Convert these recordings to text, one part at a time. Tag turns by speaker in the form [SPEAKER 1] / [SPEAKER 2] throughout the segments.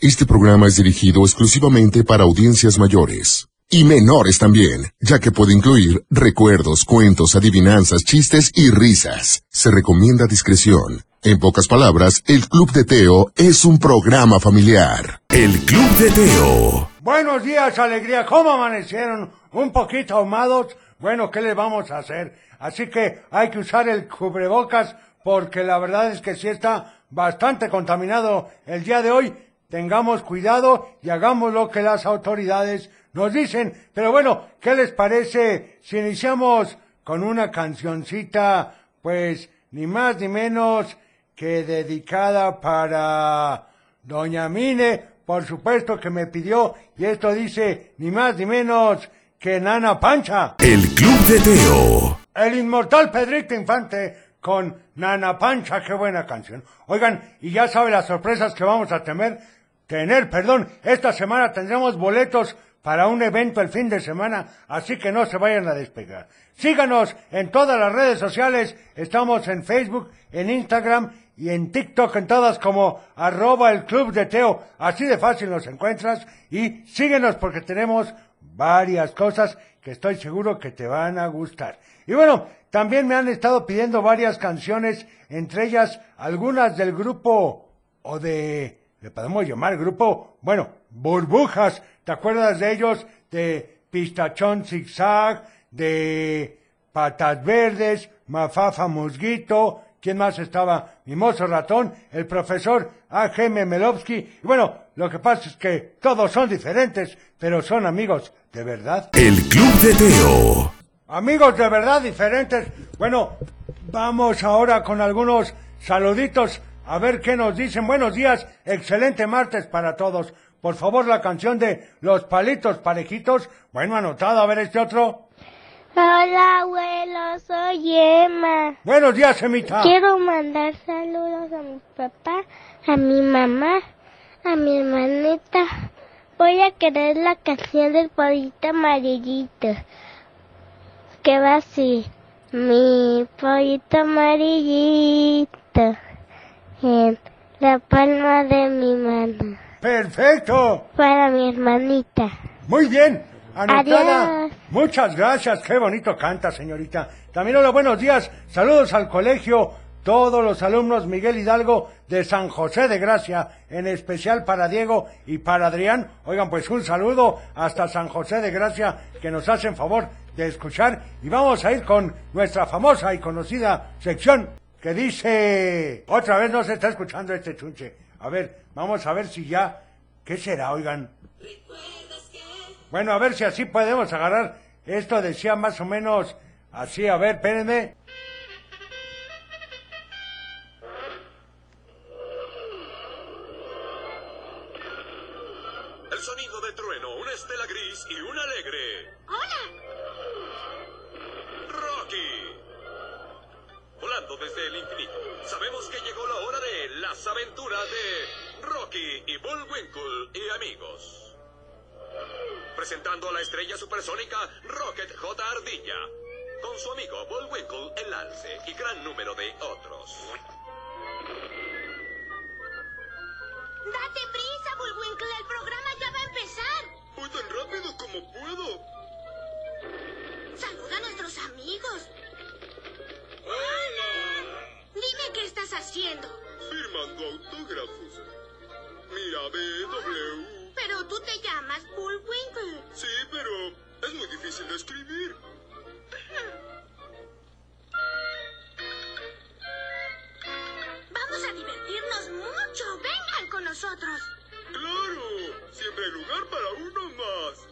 [SPEAKER 1] Este programa es dirigido exclusivamente para audiencias mayores. Y menores también, ya que puede incluir recuerdos, cuentos, adivinanzas, chistes y risas. Se recomienda discreción. En pocas palabras, el Club de Teo es un programa familiar.
[SPEAKER 2] El Club de Teo.
[SPEAKER 3] Buenos días, alegría. ¿Cómo amanecieron? Un poquito ahumados. Bueno, ¿qué le vamos a hacer? Así que hay que usar el cubrebocas porque la verdad es que sí está bastante contaminado el día de hoy. Tengamos cuidado y hagamos lo que las autoridades nos dicen. Pero bueno, ¿qué les parece si iniciamos con una cancioncita, pues ni más ni menos que dedicada para Doña Mine, por supuesto que me pidió, y esto dice ni más ni menos que Nana Pancha.
[SPEAKER 2] El Club de Teo.
[SPEAKER 3] El inmortal Pedrito Infante con Nana Pancha, qué buena canción. Oigan, y ya saben las sorpresas que vamos a tener, tener, perdón, esta semana tendremos boletos para un evento el fin de semana, así que no se vayan a despegar. Síganos en todas las redes sociales, estamos en Facebook, en Instagram y en TikTok, en todas como arroba el club de Teo, así de fácil nos encuentras y síguenos porque tenemos varias cosas que estoy seguro que te van a gustar. Y bueno, también me han estado pidiendo varias canciones, entre ellas algunas del grupo o de, le podemos llamar grupo, bueno, burbujas, ¿te acuerdas de ellos? De Pistachón Zigzag, de Patas Verdes, Mafafa Musguito, ¿quién más estaba? Mimoso Ratón, el profesor A.G. Melovsky. Y bueno, lo que pasa es que todos son diferentes, pero son amigos, de verdad.
[SPEAKER 2] El Club de Teo.
[SPEAKER 3] Amigos de verdad diferentes. Bueno, vamos ahora con algunos saluditos a ver qué nos dicen. Buenos días, excelente martes para todos. Por favor, la canción de Los Palitos Parejitos. Bueno, anotado, a ver este otro.
[SPEAKER 4] Hola abuelo, soy Emma.
[SPEAKER 3] Buenos días, Emita.
[SPEAKER 4] Quiero mandar saludos a mi papá, a mi mamá, a mi hermanita. Voy a querer la canción del pollito amarillito. Que va así. Mi pollito amarillito. En la palma de mi mano.
[SPEAKER 3] Perfecto.
[SPEAKER 4] Para mi hermanita.
[SPEAKER 3] Muy bien. Anotada.
[SPEAKER 4] Adiós.
[SPEAKER 3] Muchas gracias. Qué bonito canta, señorita. También hola, buenos días. Saludos al colegio. Todos los alumnos Miguel Hidalgo de San José de Gracia, en especial para Diego y para Adrián. Oigan, pues un saludo hasta San José de Gracia que nos hacen favor de escuchar. Y vamos a ir con nuestra famosa y conocida sección que dice... Otra vez no se está escuchando este chunche. A ver, vamos a ver si ya... ¿Qué será, oigan? Bueno, a ver si así podemos agarrar. Esto decía más o menos así. A ver, espérenme.
[SPEAKER 5] El sonido de trueno, una estela gris y un alegre. ¡Hola! ¡Rocky! Volando desde el infinito, sabemos que llegó la hora de las aventuras de Rocky y Bullwinkle y amigos. Presentando a la estrella supersónica Rocket J. Ardilla, con su amigo Bullwinkle el alce y gran número de otros.
[SPEAKER 6] ¡Date prisa, Bullwinkle! ¡El programa ya va a empezar!
[SPEAKER 5] Voy tan rápido como puedo.
[SPEAKER 6] ¡Saluda a nuestros amigos! ¡Hola! Dime qué estás haciendo.
[SPEAKER 5] Firmando autógrafos. Mira, BW.
[SPEAKER 6] Pero tú te llamas Bullwinkle.
[SPEAKER 5] Sí, pero es muy difícil de escribir.
[SPEAKER 6] Vamos a divertirnos mucho. ¡Vengan con nosotros!
[SPEAKER 5] ¡Claro! Siempre hay lugar para uno más.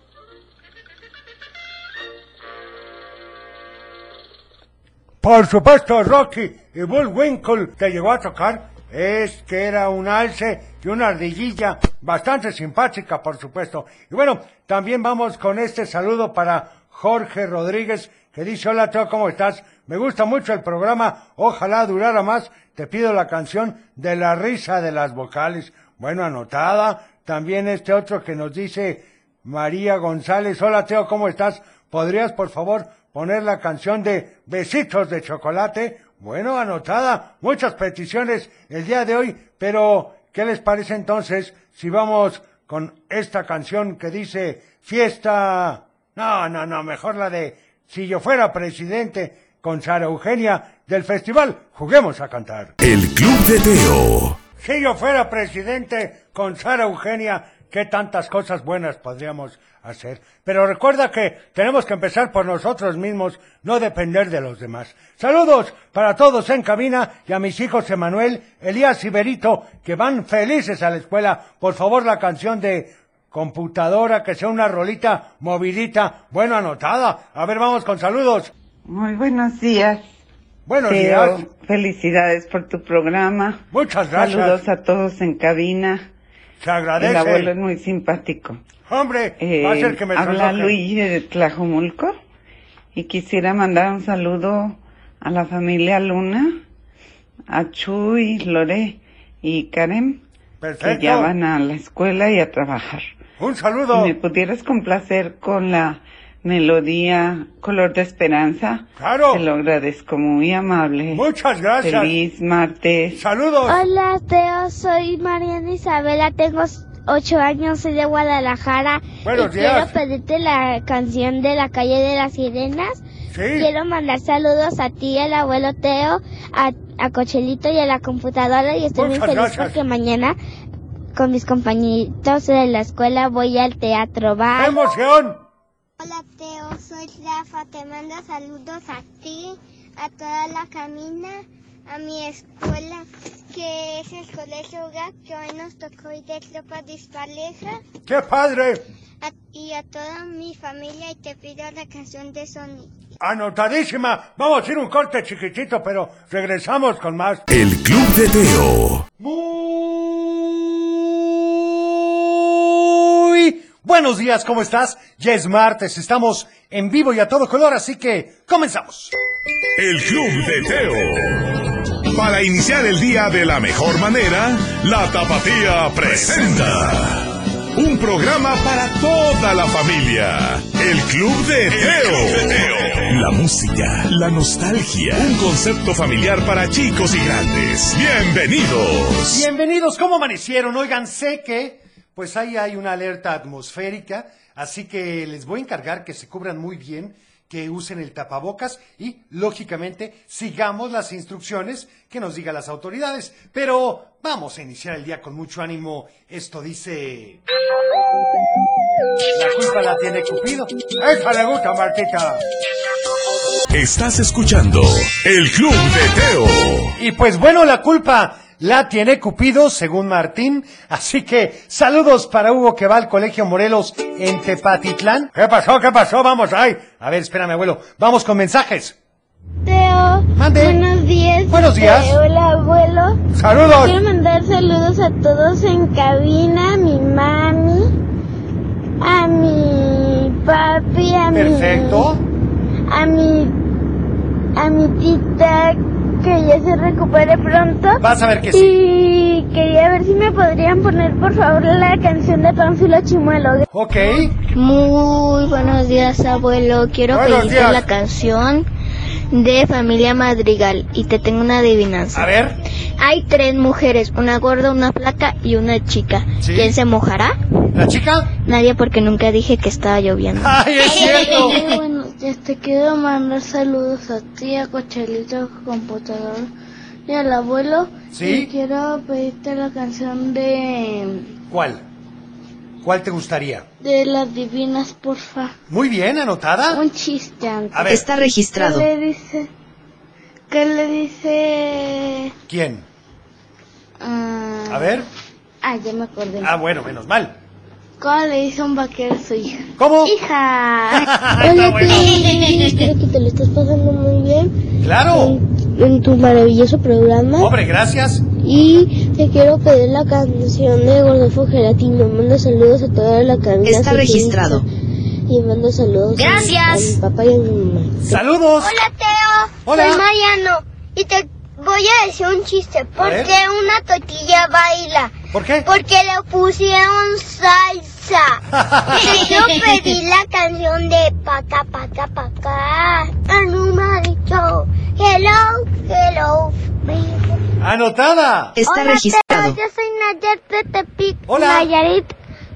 [SPEAKER 3] Por supuesto, Rocky y Bullwinkle que llegó a tocar es que era un alce y una ardillilla bastante simpática, por supuesto. Y bueno, también vamos con este saludo para Jorge Rodríguez que dice, hola Teo, ¿cómo estás? Me gusta mucho el programa, ojalá durara más. Te pido la canción de la risa de las vocales. Bueno, anotada. También este otro que nos dice, María González. Hola Teo, ¿cómo estás? ¿Podrías por favor poner la canción de Besitos de Chocolate? Bueno, anotada, muchas peticiones el día de hoy, pero ¿qué les parece entonces
[SPEAKER 7] si vamos con esta canción que dice fiesta? No, no, no, mejor la de si yo fuera presidente con Sara Eugenia del festival, juguemos a cantar.
[SPEAKER 5] El Club de Teo.
[SPEAKER 7] Si yo fuera presidente con Sara Eugenia, qué tantas cosas buenas podríamos hacer. Pero recuerda que tenemos que empezar por nosotros mismos, no depender de los demás. Saludos para todos en cabina y a mis hijos Emanuel, Elías y Berito, que van felices a la escuela. Por favor, la canción de computadora, que sea una rolita movidita, bueno anotada. A ver, vamos con saludos.
[SPEAKER 8] Muy buenos días.
[SPEAKER 7] Buenos
[SPEAKER 8] Teo.
[SPEAKER 7] días.
[SPEAKER 8] Felicidades por tu programa.
[SPEAKER 7] Muchas gracias.
[SPEAKER 8] Saludos a todos en cabina.
[SPEAKER 7] Se
[SPEAKER 8] El abuelo es
[SPEAKER 7] agradece.
[SPEAKER 8] muy simpático.
[SPEAKER 7] Hombre,
[SPEAKER 8] Eh,
[SPEAKER 7] va a ser que me
[SPEAKER 8] habla
[SPEAKER 7] sonroje.
[SPEAKER 8] Luigi de Tlajomulco y quisiera mandar un saludo a la familia Luna, a Chuy, Lore y Karen,
[SPEAKER 7] Perfecto.
[SPEAKER 8] que ya van a la escuela y a trabajar.
[SPEAKER 7] Un saludo.
[SPEAKER 8] Si me pudieras complacer con la melodía Color de Esperanza,
[SPEAKER 7] Claro.
[SPEAKER 8] te lo agradezco, muy amable.
[SPEAKER 7] Muchas gracias.
[SPEAKER 8] Feliz martes.
[SPEAKER 7] Saludos.
[SPEAKER 4] Hola, Teo, soy Mariana Isabela, tengo ocho años, soy de Guadalajara.
[SPEAKER 7] Buenos
[SPEAKER 4] y
[SPEAKER 7] días.
[SPEAKER 4] quiero pedirte la canción de la calle de las sirenas.
[SPEAKER 7] Sí.
[SPEAKER 4] Quiero mandar saludos a ti, al abuelo Teo, a, a Cochelito y a la computadora. Y estoy muy
[SPEAKER 7] Muchas
[SPEAKER 4] feliz
[SPEAKER 7] gracias.
[SPEAKER 4] porque mañana con mis compañeritos de la escuela voy al teatro.
[SPEAKER 7] ¡Qué
[SPEAKER 4] Bye.
[SPEAKER 7] emoción!
[SPEAKER 4] Hola Teo, soy Rafa, te mando saludos a ti, a toda la camina, a mi escuela, que es el Colegio GAC, que hoy nos tocó ir de tropa dispareja,
[SPEAKER 7] ¡Qué padre!
[SPEAKER 4] a- y a toda mi familia, y te pido la canción de Sonic.
[SPEAKER 7] Anotadísima. Vamos a ir un corte chiquitito, pero regresamos con más.
[SPEAKER 5] El Club de Teo.
[SPEAKER 3] Muy buenos días, ¿cómo estás? Ya es martes, estamos en vivo y a todo color, así que comenzamos.
[SPEAKER 5] El Club de Teo. Para iniciar el día de la mejor manera, la Tapatía presenta un programa para toda la familia. El Club de Teo. La música, la nostalgia, un concepto familiar para chicos y grandes. Bienvenidos.
[SPEAKER 3] Bienvenidos, ¿cómo amanecieron? Oigan, sé que pues ahí hay una alerta atmosférica, así que les voy a encargar que se cubran muy bien, que usen el tapabocas y, lógicamente, sigamos las instrucciones que nos digan las autoridades. Pero vamos a iniciar el día con mucho ánimo. Esto dice... La culpa la tiene Cupido.
[SPEAKER 7] ¡Esa le gusta, Martita!
[SPEAKER 5] Estás escuchando El Club de Teo.
[SPEAKER 3] Y pues bueno, la culpa la tiene Cupido, según Martín. Así que saludos para Hugo que va al Colegio Morelos en Tepatitlán.
[SPEAKER 7] ¿Qué pasó? ¿Qué pasó? Vamos ahí.
[SPEAKER 3] A ver, espérame, abuelo. Vamos con mensajes.
[SPEAKER 4] Teo,
[SPEAKER 3] Mande.
[SPEAKER 4] buenos días.
[SPEAKER 3] Buenos días.
[SPEAKER 4] Eh, hola abuelo. Quiero
[SPEAKER 7] ¡Saludos!
[SPEAKER 4] mandar saludos a todos en cabina, a mi mami, a mi papi, a mi...
[SPEAKER 3] Perfecto.
[SPEAKER 4] a mi a mi tita que ya se recupere pronto
[SPEAKER 3] Vas a ver que sí.
[SPEAKER 4] y quería ver si me podrían poner por favor la canción de Panfilo Chimuelo.
[SPEAKER 3] Ok.
[SPEAKER 4] Muy buenos días abuelo, quiero
[SPEAKER 7] Buenos
[SPEAKER 4] pedirte
[SPEAKER 7] días.
[SPEAKER 4] la canción de Familia Madrigal y te tengo una adivinanza.
[SPEAKER 3] A ver.
[SPEAKER 4] Hay tres mujeres, una gorda, una flaca y una chica.
[SPEAKER 3] Sí.
[SPEAKER 4] ¿Quién se mojará?
[SPEAKER 3] ¿La chica?
[SPEAKER 4] Nadie porque nunca dije que estaba lloviendo.
[SPEAKER 3] ¡Ay, es cierto!
[SPEAKER 4] Bueno, ya te quiero mandar saludos a ti, a Cochelito, computador y al abuelo.
[SPEAKER 3] Sí.
[SPEAKER 4] Y quiero pedirte la canción de,
[SPEAKER 3] ¿Cuál? ¿Cuál te gustaría?
[SPEAKER 4] de las divinas, porfa.
[SPEAKER 3] Muy bien, anotada.
[SPEAKER 4] Un chiste antes.
[SPEAKER 3] A ver,
[SPEAKER 9] Está
[SPEAKER 4] ¿Qué
[SPEAKER 9] registrado.
[SPEAKER 4] le dice? ¿Qué le dice?
[SPEAKER 3] ¿quién?
[SPEAKER 4] ah,
[SPEAKER 3] A ver.
[SPEAKER 4] Ah, ya me acordé.
[SPEAKER 3] Ah, bueno, menos mal.
[SPEAKER 4] ¿Cómo le dice un vaquero a su hija?
[SPEAKER 3] ¿Cómo?
[SPEAKER 4] ¡Hija!
[SPEAKER 3] Oh. Está
[SPEAKER 4] Hola,
[SPEAKER 3] bueno.
[SPEAKER 4] Cris. Creo que te lo estás pasando muy bien
[SPEAKER 3] Claro.
[SPEAKER 4] en, en tu maravilloso programa.
[SPEAKER 3] Hombre, gracias.
[SPEAKER 4] Y te quiero pedir la canción de Gordofo Gelatino. Mando saludos a toda la cabina.
[SPEAKER 9] Está
[SPEAKER 4] socialista.
[SPEAKER 9] registrado.
[SPEAKER 4] Y mando saludos a-
[SPEAKER 10] Gracias.
[SPEAKER 4] a mi papá y a mi mamá.
[SPEAKER 3] Saludos.
[SPEAKER 4] Hola Teo,
[SPEAKER 3] Hola.
[SPEAKER 4] soy Mariano y te voy a decir un chiste. ¿Por
[SPEAKER 3] ver.
[SPEAKER 4] qué una tortilla baila?
[SPEAKER 3] ¿Por qué?
[SPEAKER 4] Porque le pusieron salsa. Y yo pedí la canción de Paca, Paca, Paca. En un dicho, hello, hello. baby".
[SPEAKER 3] Anotada.
[SPEAKER 9] Está
[SPEAKER 4] Hola,
[SPEAKER 9] registrado.
[SPEAKER 3] lado.
[SPEAKER 4] yo soy Nayar de Tepic.
[SPEAKER 3] Hola.
[SPEAKER 4] Nayarit.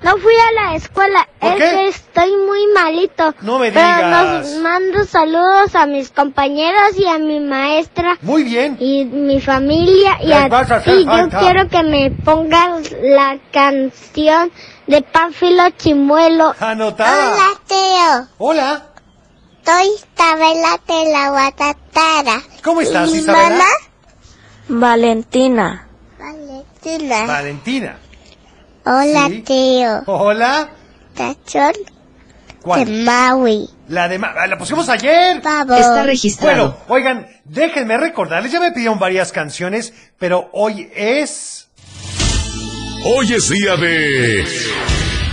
[SPEAKER 4] No fui a la escuela,
[SPEAKER 3] ¿Por
[SPEAKER 4] es
[SPEAKER 3] qué?
[SPEAKER 4] que estoy muy malito.
[SPEAKER 3] No me
[SPEAKER 4] Pero
[SPEAKER 3] digas.
[SPEAKER 4] nos mando saludos a mis compañeros y a mi maestra
[SPEAKER 3] Muy bien.
[SPEAKER 4] y mi familia y,
[SPEAKER 7] Les
[SPEAKER 4] a-
[SPEAKER 7] vas a hacer
[SPEAKER 4] y yo
[SPEAKER 7] falta.
[SPEAKER 4] quiero que me pongas la canción de Pánfilo Chimuelo.
[SPEAKER 3] Anotada.
[SPEAKER 4] Teo.
[SPEAKER 3] Hola.
[SPEAKER 4] Soy Isabela de la Guatatara.
[SPEAKER 3] ¿Cómo estás, Isabela?
[SPEAKER 9] Valentina.
[SPEAKER 4] Valentina.
[SPEAKER 3] Valentina.
[SPEAKER 4] Hola,
[SPEAKER 3] Sí.
[SPEAKER 4] Teo.
[SPEAKER 3] Hola.
[SPEAKER 4] Tachón de
[SPEAKER 3] ¿Cuál?
[SPEAKER 4] Maui.
[SPEAKER 3] La de... Ma- ah, La pusimos ayer.
[SPEAKER 4] Pavo.
[SPEAKER 9] Está registrado.
[SPEAKER 3] Bueno, oigan, déjenme recordarles, ya me pidieron varias canciones, pero hoy es...
[SPEAKER 5] Hoy es día de.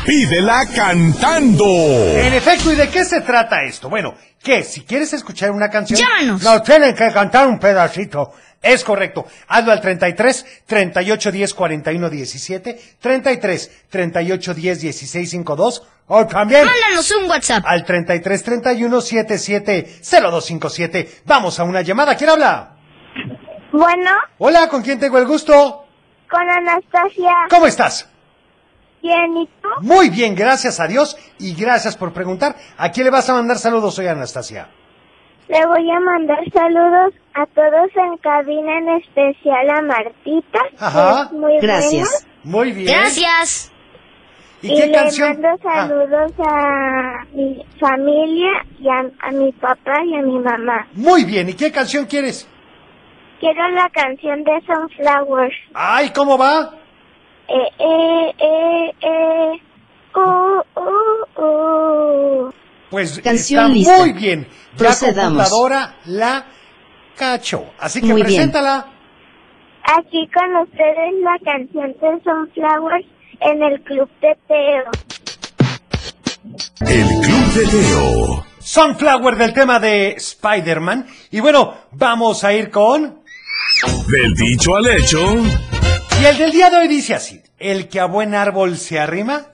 [SPEAKER 5] Pídela cantando.
[SPEAKER 3] En efecto, ¿y de qué se trata esto? Bueno, que si quieres escuchar una canción...
[SPEAKER 9] Llámanos.
[SPEAKER 7] Nos tienen que cantar un pedacito.
[SPEAKER 3] Es correcto. Hazlo al 33 38 10 41 17, 33 38 10 16 52 o también
[SPEAKER 9] Mándanos un WhatsApp.
[SPEAKER 3] al 33 31 77 0257. Vamos a una llamada. ¿Quién habla?
[SPEAKER 4] Bueno,
[SPEAKER 3] Hola, ¿con quién tengo el gusto?
[SPEAKER 4] con Anastasia.
[SPEAKER 3] ¿Cómo estás?
[SPEAKER 4] ¿Quién y tú?
[SPEAKER 3] Muy bien, gracias a Dios y gracias por preguntar. ¿A quién le vas a mandar saludos hoy, Anastasia?
[SPEAKER 4] Le voy a mandar saludos a todos en cabina, en especial a Martita. que
[SPEAKER 3] Ajá.
[SPEAKER 4] es muy
[SPEAKER 9] Gracias.
[SPEAKER 3] Muy bien.
[SPEAKER 9] Gracias.
[SPEAKER 3] ¿Y
[SPEAKER 4] buena.
[SPEAKER 3] qué
[SPEAKER 4] le
[SPEAKER 3] canción?
[SPEAKER 4] mando
[SPEAKER 3] Ah,
[SPEAKER 4] saludos a mi familia y a, a mi papá y a mi mamá.
[SPEAKER 3] muy bien, ¿y qué canción quieres?
[SPEAKER 4] Quiero la canción de Sunflowers.
[SPEAKER 3] Ay, ¿cómo va?
[SPEAKER 4] Eh, eh, eh, eh. Uh, uh, uh.
[SPEAKER 3] Pues
[SPEAKER 9] Canción
[SPEAKER 3] está
[SPEAKER 9] lista.
[SPEAKER 3] muy bien. La
[SPEAKER 9] Procedamos.
[SPEAKER 3] computadora la cacho. Así que
[SPEAKER 9] Muy bien.
[SPEAKER 3] preséntala.
[SPEAKER 4] Aquí con ustedes la canción de Sunflowers en el Club de Teo.
[SPEAKER 5] El Club de Teo.
[SPEAKER 3] Sunflower del tema de Spider-Man. Y bueno, vamos a ir con...
[SPEAKER 5] Del dicho al hecho.
[SPEAKER 3] Y el del día de hoy dice así. El que a buen árbol se arrima.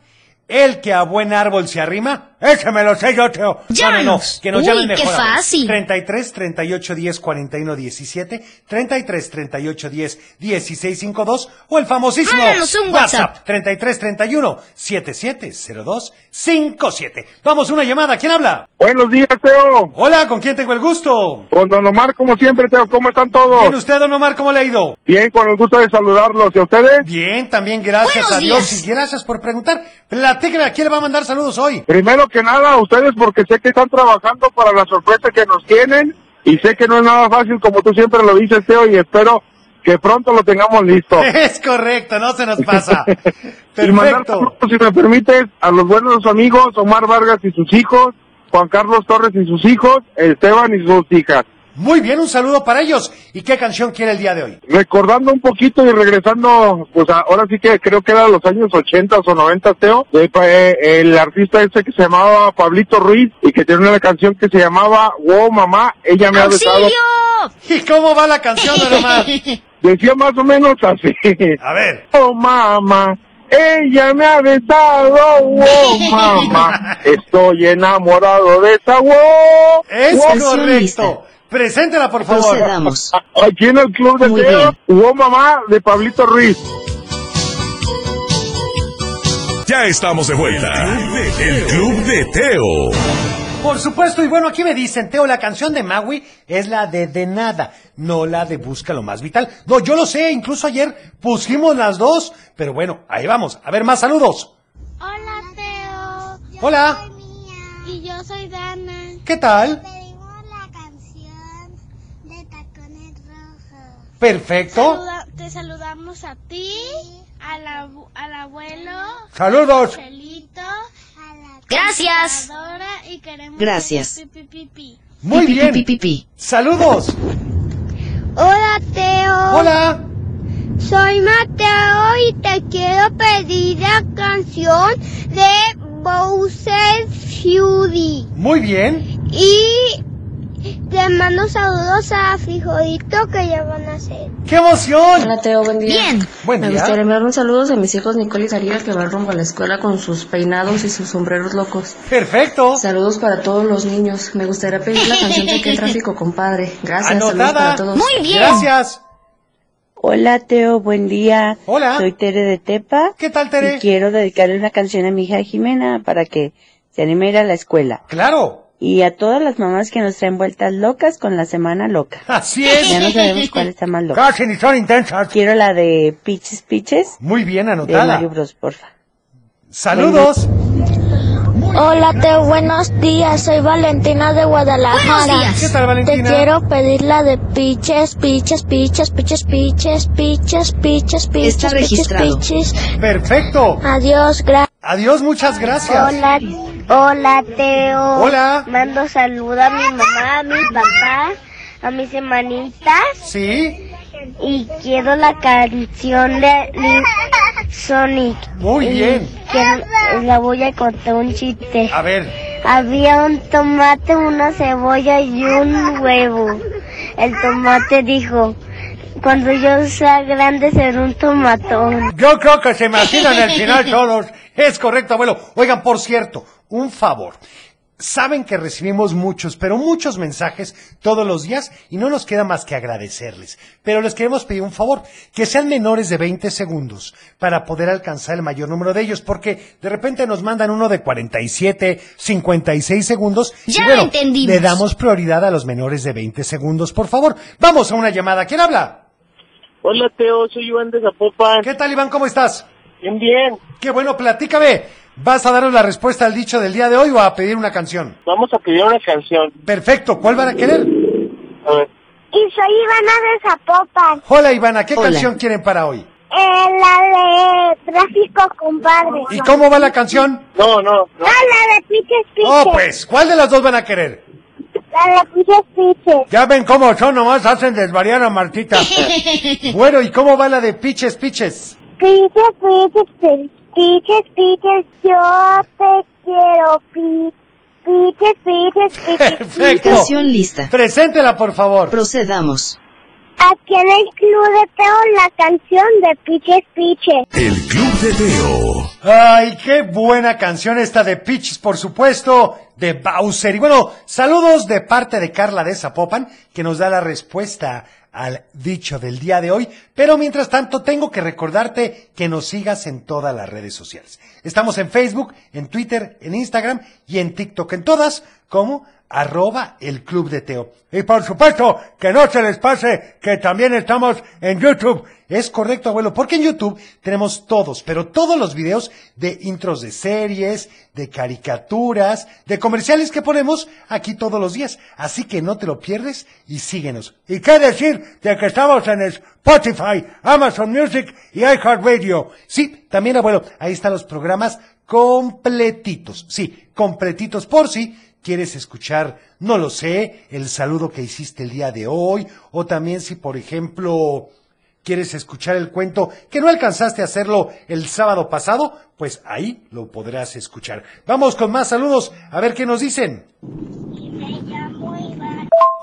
[SPEAKER 3] El que a buen árbol se arrima.
[SPEAKER 7] Ese me lo sé yo, Teo.
[SPEAKER 3] No, no, no,
[SPEAKER 9] Llámanos.
[SPEAKER 3] que nos
[SPEAKER 9] Uy,
[SPEAKER 3] llamen
[SPEAKER 9] qué
[SPEAKER 3] mejor. a ver.
[SPEAKER 9] fácil.
[SPEAKER 3] 33 38 10 41 17, 33 38 10 16 52 o el famosísimo
[SPEAKER 9] Háganos un WhatsApp.
[SPEAKER 3] 33 31 77 02 57. Vamos, una llamada. ¿Quién habla?
[SPEAKER 11] Buenos días, Teo.
[SPEAKER 3] Hola, ¿con quién tengo el gusto?
[SPEAKER 11] Con Don Omar, como siempre, Teo, ¿cómo están todos?
[SPEAKER 3] Bien, usted, don Omar, ¿cómo le ha ido?
[SPEAKER 11] Bien, con el gusto de saludarlos. ¿Y a ustedes?
[SPEAKER 3] Bien, también gracias
[SPEAKER 9] Buenos
[SPEAKER 3] a Dios
[SPEAKER 9] días.
[SPEAKER 3] y gracias por preguntar. Platíqueme, ¿a quién le va a mandar saludos hoy?
[SPEAKER 11] Primero que nada, a ustedes, porque sé que están trabajando para la sorpresa que nos tienen. Y sé que no es nada fácil, como tú siempre lo dices, Teo, y espero que pronto lo tengamos listo.
[SPEAKER 3] Es correcto, no se nos pasa.
[SPEAKER 11] Y mandar
[SPEAKER 3] Perfecto.
[SPEAKER 11] saludos, si me permites, a los buenos amigos Omar Vargas y sus hijos, Juan Carlos Torres y sus hijos, Esteban y sus hijas.
[SPEAKER 3] Muy bien, un saludo para ellos. ¿Y qué canción quiere el día de hoy?
[SPEAKER 11] recordando un poquito y regresando, pues a- ahora sí que creo que era los años 80 o 90, Teo, de pa- eh, el artista este que se llamaba Pablito Ruiz y que tenía una canción que se llamaba Wow Mamá, ella me ha besado.
[SPEAKER 9] ¡Auxilio!
[SPEAKER 3] ¿Y cómo va la canción, don Omar?
[SPEAKER 11] Decía más o menos así.
[SPEAKER 3] A ver.
[SPEAKER 11] Oh mamá, ella me ha besado, oh mamá, estoy enamorado de esa, wow.
[SPEAKER 3] Es
[SPEAKER 11] wow".
[SPEAKER 9] Canción
[SPEAKER 3] correcto.
[SPEAKER 9] lista.
[SPEAKER 3] Preséntela, por favor.
[SPEAKER 9] Procedamos.
[SPEAKER 11] Aquí en el club de
[SPEAKER 9] Muy
[SPEAKER 11] Teo, wow mamá de Pablito Ruiz.
[SPEAKER 5] Ya estamos de vuelta. El Club de Teo.
[SPEAKER 3] Por supuesto, y bueno, aquí me dicen, Teo, la canción de Maui es la de De Nada, no la de Busca lo Más Vital. No, yo lo sé, incluso ayer pusimos las dos, pero bueno, ahí vamos. A ver, más saludos.
[SPEAKER 4] Hola, Teo. Yo
[SPEAKER 3] Hola.
[SPEAKER 4] soy Mía. Y yo soy Dana.
[SPEAKER 3] ¿Qué tal?
[SPEAKER 4] Pedimos la canción de Tacones Rojos.
[SPEAKER 3] Perfecto.
[SPEAKER 4] Saluda- te saludamos a ti, a la abu- al abuelo,
[SPEAKER 3] Saludos.
[SPEAKER 4] Chelito, a la
[SPEAKER 9] Gracias.
[SPEAKER 4] computadora y queremos
[SPEAKER 9] Gracias.
[SPEAKER 4] decir pi, pi, pi, pi.
[SPEAKER 3] Muy
[SPEAKER 9] Pi, pi, pi,
[SPEAKER 3] bien.
[SPEAKER 9] pi, pi.
[SPEAKER 3] Saludos.
[SPEAKER 4] Hola, Teo.
[SPEAKER 3] Hola.
[SPEAKER 4] Soy Mateo y te quiero pedir la canción de Bowser Fury.
[SPEAKER 3] Muy bien.
[SPEAKER 4] Y te mando saludos a Frijolito que ya van a hacer.
[SPEAKER 3] ¡Qué emoción!
[SPEAKER 12] Hola Teo, buen día.
[SPEAKER 9] Bien.
[SPEAKER 3] Buen
[SPEAKER 12] Me
[SPEAKER 3] día.
[SPEAKER 12] gustaría enviar un saludos a mis hijos Nicole y Saría que van rumbo a la escuela con sus peinados y sus sombreros locos.
[SPEAKER 3] Perfecto.
[SPEAKER 12] Saludos para todos los niños. Me gustaría pedir la canción de qué tráfico, compadre. Gracias, saludos
[SPEAKER 3] Anotada.
[SPEAKER 12] para todos.
[SPEAKER 9] Muy bien.
[SPEAKER 3] Gracias.
[SPEAKER 13] Hola Teo, buen día.
[SPEAKER 3] Hola.
[SPEAKER 13] Soy Tere de Tepa.
[SPEAKER 3] ¿Qué tal Tere?
[SPEAKER 13] Y quiero dedicarle una canción a mi hija Jimena para que se anime a ir a la escuela.
[SPEAKER 3] Claro.
[SPEAKER 13] Y a todas las mamás que nos traen vueltas locas con la semana loca.
[SPEAKER 3] Así
[SPEAKER 7] es.
[SPEAKER 13] Ya no sabemos cuál está más loca.
[SPEAKER 7] Casi ni son intensas.
[SPEAKER 13] Quiero la de Piches Piches.
[SPEAKER 3] Muy bien
[SPEAKER 13] De
[SPEAKER 3] anotada.
[SPEAKER 13] Mario Bros, porfa.
[SPEAKER 3] Saludos.
[SPEAKER 6] Hola, Teo, buenos días. Soy Valentina de Guadalajara.
[SPEAKER 3] Buenos días. ¿Qué tal, Valentina?
[SPEAKER 6] Te quiero pedir la de piches, piches, piches, piches, piches, piches, piches, piches,
[SPEAKER 3] Está
[SPEAKER 6] piches,
[SPEAKER 3] registrado.
[SPEAKER 6] piches.
[SPEAKER 3] Perfecto.
[SPEAKER 6] Adiós, gracias.
[SPEAKER 3] Adiós, muchas gracias.
[SPEAKER 6] Hola, hola Teo.
[SPEAKER 3] Hola.
[SPEAKER 6] Mando saludo a mi mamá, a mi papá, a mis hermanitas.
[SPEAKER 3] Sí.
[SPEAKER 6] Y quiero la canción de Lin- Sonic.
[SPEAKER 3] Muy
[SPEAKER 6] Y
[SPEAKER 3] bien.
[SPEAKER 6] quiero- la voy a contar un chiste.
[SPEAKER 3] A ver.
[SPEAKER 6] Había un tomate, una cebolla y un huevo. El tomate dijo, cuando yo sea grande seré un tomatón.
[SPEAKER 3] Yo creo que se imaginan el final todos. Es correcto, abuelo. Oigan, por cierto, un favor. Saben que recibimos muchos, pero muchos mensajes todos los días y no nos queda más que agradecerles. Pero les queremos pedir un favor, que sean menores de 20 segundos para poder alcanzar el mayor número de ellos, porque de repente nos mandan uno de 47, 56 segundos.
[SPEAKER 9] Ya
[SPEAKER 3] y bueno,
[SPEAKER 9] lo entendimos.
[SPEAKER 3] Le damos prioridad a los menores de 20 segundos, por favor. Vamos a una llamada. ¿Quién habla?
[SPEAKER 14] Hola Teo, soy Iván de Zapopan.
[SPEAKER 3] ¿Qué tal Iván? ¿Cómo estás?
[SPEAKER 14] Bien, bien.
[SPEAKER 3] Qué bueno, platícame. ¿Vas a darnos la respuesta al dicho del día de hoy o a pedir una canción?
[SPEAKER 14] Vamos a pedir una canción.
[SPEAKER 3] Perfecto, ¿cuál van a querer?
[SPEAKER 14] A ver.
[SPEAKER 4] Y soy Ivana de Zapopan,
[SPEAKER 3] Hola Ivana, ¿qué
[SPEAKER 4] Hola.
[SPEAKER 3] canción quieren para hoy?
[SPEAKER 4] eh, la de tráfico compadre.
[SPEAKER 3] ¿Y cómo va la canción?
[SPEAKER 14] No, no.
[SPEAKER 4] Ah, la de piches, piches.
[SPEAKER 3] Oh, pues, ¿cuál de las dos van a querer?
[SPEAKER 4] La de piches, piches.
[SPEAKER 3] Ya ven cómo son, nomás hacen desvariar a Martita. bueno, ¿y cómo va la de Piches Piches?
[SPEAKER 4] Piches, piches, piches, piches, piches, yo te quiero, pi- piches, piches, piches.
[SPEAKER 3] Perfecto. lista. Preséntela, por favor. Procedamos.
[SPEAKER 4] Aquí en el club de Teo la canción de Piches, piches.
[SPEAKER 5] El Club de Teo.
[SPEAKER 3] Ay, qué buena canción esta de Pitch, por supuesto, de Bowser. Y bueno, saludos de parte de Carla de Zapopan, que nos da la respuesta al dicho del día de hoy. Pero mientras tanto, tengo que recordarte que nos sigas en todas las redes sociales. Estamos en Facebook, en Twitter, en Instagram y en TikTok, en todas, como arroba el club de Teo. Y por supuesto, que no se les pase que también estamos en YouTube. Es correcto, abuelo, porque en YouTube tenemos todos, pero todos los videos de intros de series, de caricaturas, de comerciales que ponemos aquí todos los días. Así que no te lo pierdes y síguenos. ¿Y qué decir de que estamos en Spotify, Amazon Music y iHeartRadio? Sí, también, abuelo, ahí están los programas completitos. Sí, completitos por si quieres escuchar, no lo sé, el saludo que hiciste el día de hoy, o también si, por ejemplo, quieres escuchar el cuento que no alcanzaste a hacerlo el sábado pasado, pues ahí lo podrás escuchar. Vamos con más saludos, a ver qué nos dicen.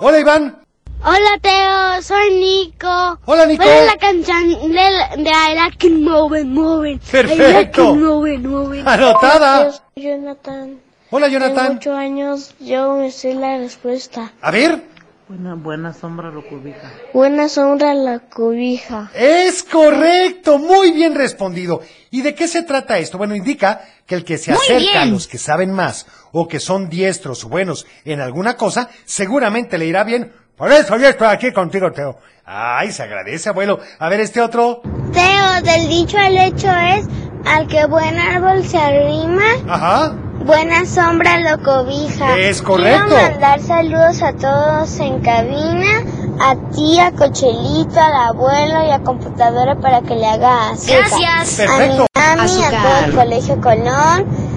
[SPEAKER 3] Hola Iván,
[SPEAKER 4] Hola Teo, soy Nico.
[SPEAKER 3] Hola, Nico.
[SPEAKER 4] ¿Cuál es la canción de, de I like it moving, moving? I like
[SPEAKER 3] Perfecto.
[SPEAKER 4] it moving, moving.
[SPEAKER 3] Anotada.
[SPEAKER 4] Hola, Teo, soy Jonathan.
[SPEAKER 3] Hola, Jonathan.
[SPEAKER 4] Tengo ocho años, yo me sé la respuesta.
[SPEAKER 3] a ver.
[SPEAKER 15] Una buena sombra lo cobija.
[SPEAKER 4] Buena sombra la cobija.
[SPEAKER 3] Es correcto, muy bien respondido. ¿Y de qué se trata esto? Bueno, indica que el que se
[SPEAKER 15] Muy
[SPEAKER 3] acerca a
[SPEAKER 15] bien.
[SPEAKER 3] los que saben más o que son diestros o buenos en alguna cosa, seguramente le irá bien. Por eso yo estoy aquí contigo, Teo. Ay, se agradece, abuelo. A ver este otro.
[SPEAKER 4] Teo, del dicho al hecho es, al que buen árbol se arrima,
[SPEAKER 3] Ajá.
[SPEAKER 4] Buena sombra lo cobija.
[SPEAKER 3] Es correcto.
[SPEAKER 4] Quiero mandar saludos a todos en cabina, a ti, a Cochelito, al abuelo y a computadora para que le haga azúcar.
[SPEAKER 9] Gracias.
[SPEAKER 4] A
[SPEAKER 9] Perfecto.
[SPEAKER 4] mi mami, a todo el
[SPEAKER 9] Azúcar.
[SPEAKER 4] colegio Colón.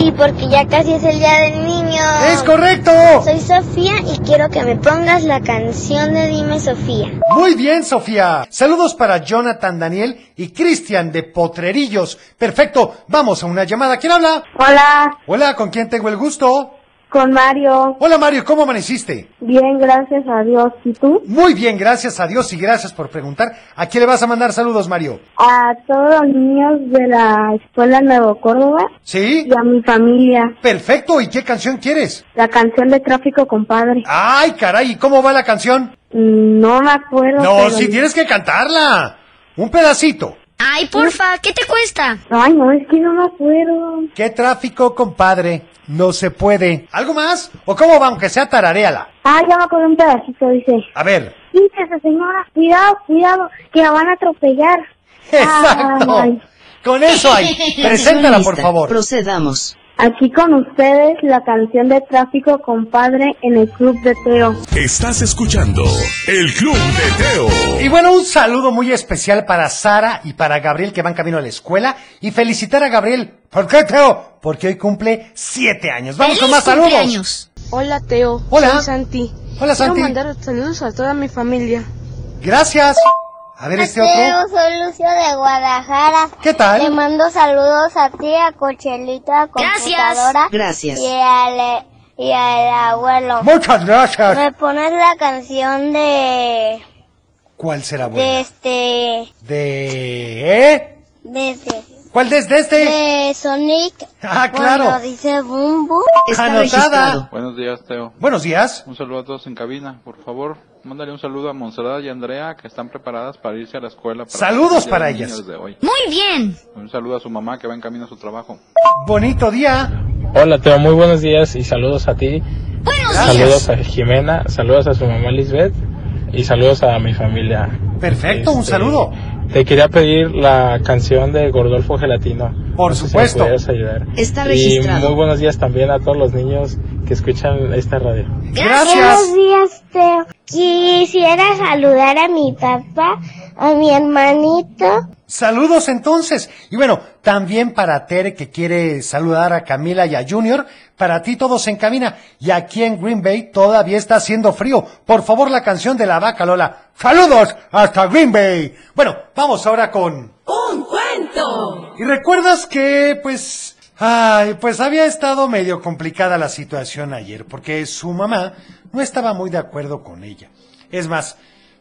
[SPEAKER 4] Y porque ya casi es el día del niño.
[SPEAKER 3] ¡Es correcto!
[SPEAKER 4] Soy Sofía y quiero que me pongas la canción de Dime Sofía.
[SPEAKER 3] Muy bien, Sofía. Saludos para Jonathan Daniel y Cristian de Potrerillos. Perfecto, vamos a una llamada. ¿Quién habla?
[SPEAKER 16] Hola,
[SPEAKER 3] Hola, ¿con quién tengo el gusto?
[SPEAKER 6] Con Mario.
[SPEAKER 3] Hola Mario, ¿cómo amaneciste?
[SPEAKER 6] Bien, gracias a Dios. ¿Y tú?
[SPEAKER 3] Muy bien, gracias a Dios y gracias por preguntar. ¿A quién le vas a mandar saludos, Mario?
[SPEAKER 6] A todos los niños de la escuela Nuevo Córdoba
[SPEAKER 3] ¿Sí?
[SPEAKER 6] y a mi familia.
[SPEAKER 3] Perfecto, ¿y qué canción quieres?
[SPEAKER 6] La canción de Tráfico Compadre.
[SPEAKER 3] Ay, caray, ¿y cómo va la canción?
[SPEAKER 6] Mm, No me acuerdo.
[SPEAKER 3] No,
[SPEAKER 6] pero-
[SPEAKER 3] si tienes que cantarla. Un pedacito.
[SPEAKER 9] Ay, porfa, ¿qué te cuesta?
[SPEAKER 6] Ay, no, es que no me acuerdo.
[SPEAKER 3] ¿Qué tráfico, compadre? No se puede. ¿Algo más? ¿O cómo va, aunque sea tarareala?
[SPEAKER 6] Ah, ya me acuerdo un pedacito, dice.
[SPEAKER 3] A ver.
[SPEAKER 6] Quítese, señora, cuidado, cuidado, que la van a atropellar.
[SPEAKER 3] Exacto.
[SPEAKER 6] Ay.
[SPEAKER 3] Con eso hay. Preséntala, por favor.
[SPEAKER 6] Procedamos. Aquí con ustedes la canción de Tráfico Compadre en el Club de Teo.
[SPEAKER 5] Estás escuchando El Club de Teo.
[SPEAKER 3] Y bueno, un saludo muy especial para Sara y para Gabriel que van camino a la escuela. Y felicitar a Gabriel. ¿Por qué, Teo? Porque hoy cumple siete años. Vamos con más saludos.
[SPEAKER 16] Hola, Teo.
[SPEAKER 3] Hola.
[SPEAKER 16] Soy Santi.
[SPEAKER 3] Hola, Santi.
[SPEAKER 16] Quiero mandar saludos a toda mi familia.
[SPEAKER 3] Gracias. A ver este otro.
[SPEAKER 4] soy Lucio de Guadalajara.
[SPEAKER 3] ¿Qué tal?
[SPEAKER 4] Te mando saludos a ti, a Cochelito, a Computadora.
[SPEAKER 3] Gracias.
[SPEAKER 4] Y al, eh, y al abuelo.
[SPEAKER 3] Muchas gracias.
[SPEAKER 4] Me pones la canción de...
[SPEAKER 3] ¿Cuál será
[SPEAKER 4] De
[SPEAKER 3] bueno?
[SPEAKER 4] este...
[SPEAKER 3] De... ¿eh?
[SPEAKER 4] De este...
[SPEAKER 3] ¿Cuál es de este?
[SPEAKER 4] De Sonic.
[SPEAKER 3] Ah, claro.
[SPEAKER 4] Cuando dice Boom Boom.
[SPEAKER 3] Anotada.
[SPEAKER 17] Buenos días, Teo.
[SPEAKER 3] Buenos días.
[SPEAKER 17] Un saludo a todos en cabina, por favor. Mándale un saludo a Monserrat y Andrea que están preparadas para irse a la escuela. para
[SPEAKER 3] Saludos
[SPEAKER 17] el día
[SPEAKER 3] para
[SPEAKER 17] del niño
[SPEAKER 3] ellas.
[SPEAKER 17] desde hoy.
[SPEAKER 9] Muy bien.
[SPEAKER 17] Un saludo a su mamá que va en camino a su trabajo.
[SPEAKER 3] Bonito día.
[SPEAKER 18] Hola Teo, muy buenos días y saludos a ti.
[SPEAKER 3] días.
[SPEAKER 18] Saludos a Jimena, saludos a su mamá Lisbeth y saludos a mi familia.
[SPEAKER 3] Perfecto, un
[SPEAKER 18] Este,
[SPEAKER 3] saludo.
[SPEAKER 18] Te quería pedir la canción de Gordolfo Gelatino.
[SPEAKER 3] Por
[SPEAKER 18] No sé si me
[SPEAKER 3] supuesto.
[SPEAKER 18] pudieras ayudar.
[SPEAKER 3] Está
[SPEAKER 18] Y
[SPEAKER 3] registrado.
[SPEAKER 18] muy buenos días también a todos los niños que escuchan esta radio.
[SPEAKER 4] Buenos días, Teo. Quisiera saludar a mi papá, a mi hermanito.
[SPEAKER 3] Saludos entonces. Y bueno, también para Tere que quiere saludar a Camila y a Junior. Para ti todos en cabina. Y aquí en Green Bay todavía está haciendo frío. Por favor, la canción de la vaca Lola. Saludos hasta Green Bay. Bueno, vamos ahora con...
[SPEAKER 19] ¡Un cuento!
[SPEAKER 3] Y recuerdas que, pues, ay, pues había estado medio complicada la situación ayer, porque su mamá no estaba muy de acuerdo con ella. Es más,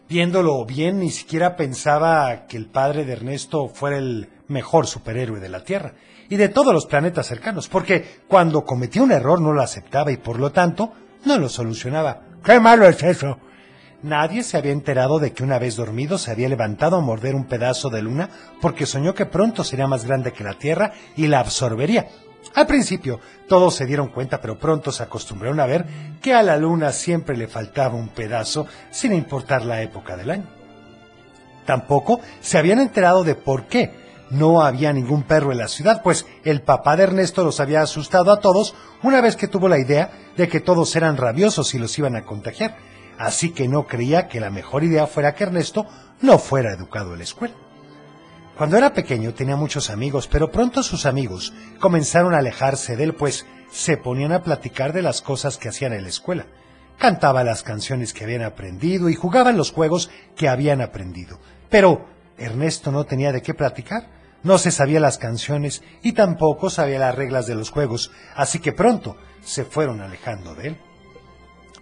[SPEAKER 3] viéndolo bien, ni siquiera pensaba que el padre de Ernesto fuera el mejor superhéroe de la Tierra y de todos los planetas cercanos, porque cuando cometía un error no lo aceptaba y por lo tanto no lo solucionaba. ¡Qué malo es eso! Nadie se había enterado de que una vez dormido se había levantado a morder un pedazo de luna porque soñó que pronto sería más grande que la Tierra y la absorbería. Al principio todos se dieron cuenta pero pronto se acostumbraron a ver que a la luna siempre le faltaba un pedazo sin importar la época del año. Tampoco se habían enterado de por qué no había ningún perro en la ciudad, pues el papá de Ernesto los había asustado a todos una vez que tuvo la idea de que todos eran rabiosos y los iban a contagiar. Así que no creía que la mejor idea fuera que Ernesto no fuera educado en la escuela. Cuando era pequeño tenía muchos amigos, pero pronto sus amigos comenzaron a alejarse de él, pues se ponían a platicar de las cosas que hacían en la escuela. Cantaba las canciones que habían aprendido y jugaban los juegos que habían aprendido. Pero Ernesto no tenía de qué platicar, no se sabía las canciones y tampoco sabía las reglas de los juegos, así que pronto se fueron alejando de él.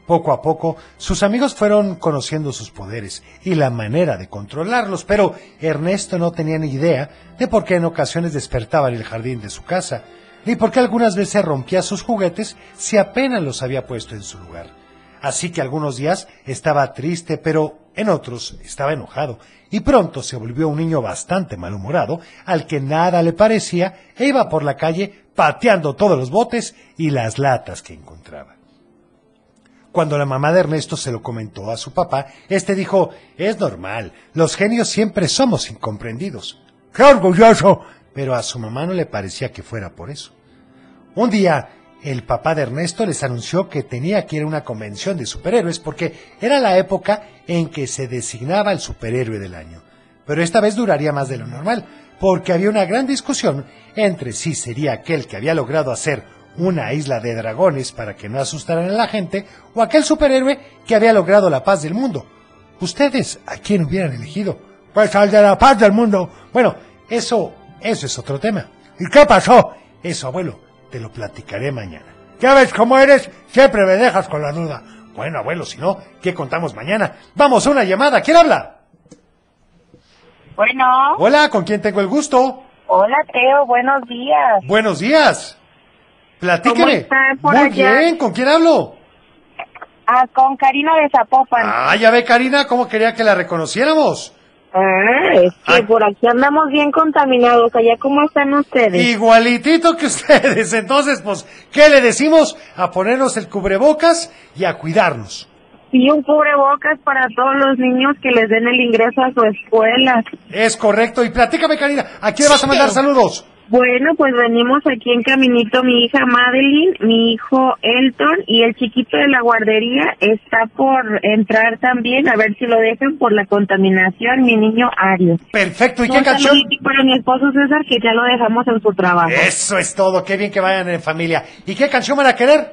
[SPEAKER 3] Poco a poco, sus amigos fueron conociendo sus poderes y la manera de controlarlos, pero Ernesto no tenía ni idea de por qué en ocasiones despertaba en el jardín de su casa, ni por qué algunas veces rompía sus juguetes si apenas los había puesto en su lugar. Así que algunos días estaba triste, pero en otros estaba enojado, y pronto se volvió un niño bastante malhumorado, al que nada le parecía, e iba por la calle pateando todos los botes y las latas que encontraba. Cuando la mamá de Ernesto se lo comentó a su papá, este dijo, es normal, los genios siempre somos incomprendidos. ¡Qué orgulloso! Pero a su mamá no le parecía que fuera por eso. Un día, el papá de Ernesto les anunció que tenía que ir a una convención de superhéroes porque era la época en que se designaba el superhéroe del año. Pero esta vez duraría más de lo normal, porque había una gran discusión entre si sería aquel que había logrado hacer una isla de dragones para que no asustaran a la gente, o aquel superhéroe que había logrado la paz del mundo. ¿Ustedes a quién hubieran elegido? Pues al de la paz del mundo. Bueno, eso, eso es otro tema. ¿Y qué pasó? Eso, abuelo, te lo platicaré mañana.
[SPEAKER 7] Ya ves cómo eres, siempre me dejas con la duda.
[SPEAKER 3] Bueno, abuelo, si no, ¿qué contamos mañana? Vamos, una llamada. ¿Quién habla?
[SPEAKER 20] Bueno,
[SPEAKER 3] Hola, ¿con quién tengo el gusto?
[SPEAKER 20] hola Teo, buenos días.
[SPEAKER 3] Buenos días.
[SPEAKER 20] ¿Cómo
[SPEAKER 3] Platíqueme.
[SPEAKER 20] están por
[SPEAKER 3] Muy
[SPEAKER 20] allá?
[SPEAKER 3] bien, ¿con quién hablo?
[SPEAKER 20] Ah, con Karina de Zapopan.
[SPEAKER 3] Ah, ya ve, Karina, cómo quería que la reconociéramos.
[SPEAKER 20] Ah, es que por aquí andamos bien contaminados. Allá, ¿cómo están ustedes?
[SPEAKER 3] Igualitito que ustedes. Entonces, pues, ¿qué le decimos? A ponernos el cubrebocas y a cuidarnos.
[SPEAKER 20] Y un cubrebocas para todos los niños que les den el ingreso a su escuela.
[SPEAKER 3] Es correcto. Y platícame, Karina, ¿a quién vas a mandar saludos?
[SPEAKER 20] Bueno, pues venimos aquí en caminito mi hija Madeline, mi hijo Elton y el chiquito de la guardería está por entrar también, a ver si lo dejan por la contaminación, mi niño Ario.
[SPEAKER 3] Perfecto, ¿y
[SPEAKER 20] Un
[SPEAKER 3] qué canción?
[SPEAKER 20] saludito para mi esposo César, que ya lo dejamos en su trabajo.
[SPEAKER 3] Eso es todo, qué bien que vayan en familia. ¿Y qué canción van a querer?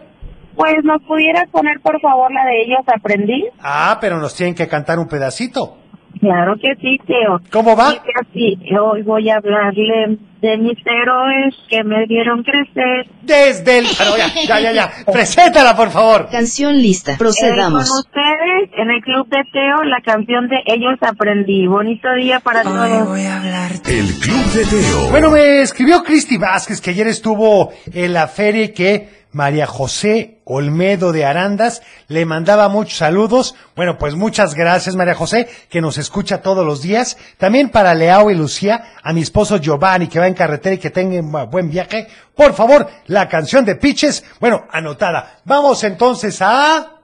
[SPEAKER 20] Pues nos pudieras poner por favor la de ellos, aprendí.
[SPEAKER 3] Ah, pero nos tienen que cantar un pedacito.
[SPEAKER 20] Claro que sí, Teo.
[SPEAKER 3] ¿Cómo va?
[SPEAKER 20] Dice así, hoy voy a hablarle de mis héroes que me vieron crecer.
[SPEAKER 3] Desde el... Ah, no, ya, ya, ya, ya. Preséntala, por favor.
[SPEAKER 20] Canción lista,
[SPEAKER 13] procedamos.
[SPEAKER 20] con ustedes, en el Club de Teo, la canción de Ellos Aprendí. Bonito día para todos.
[SPEAKER 5] El Club de Teo.
[SPEAKER 3] Bueno, me escribió Cristi Vázquez que ayer estuvo en la feria y que María José Olmedo de Arandas le mandaba muchos saludos. Bueno, pues muchas gracias María José, que nos escucha todos los días. También para Leao y Lucía, a mi esposo Giovanni, que va en carretera y que tenga un buen viaje. Por favor, la canción de Piches, bueno, anotada. Vamos entonces a...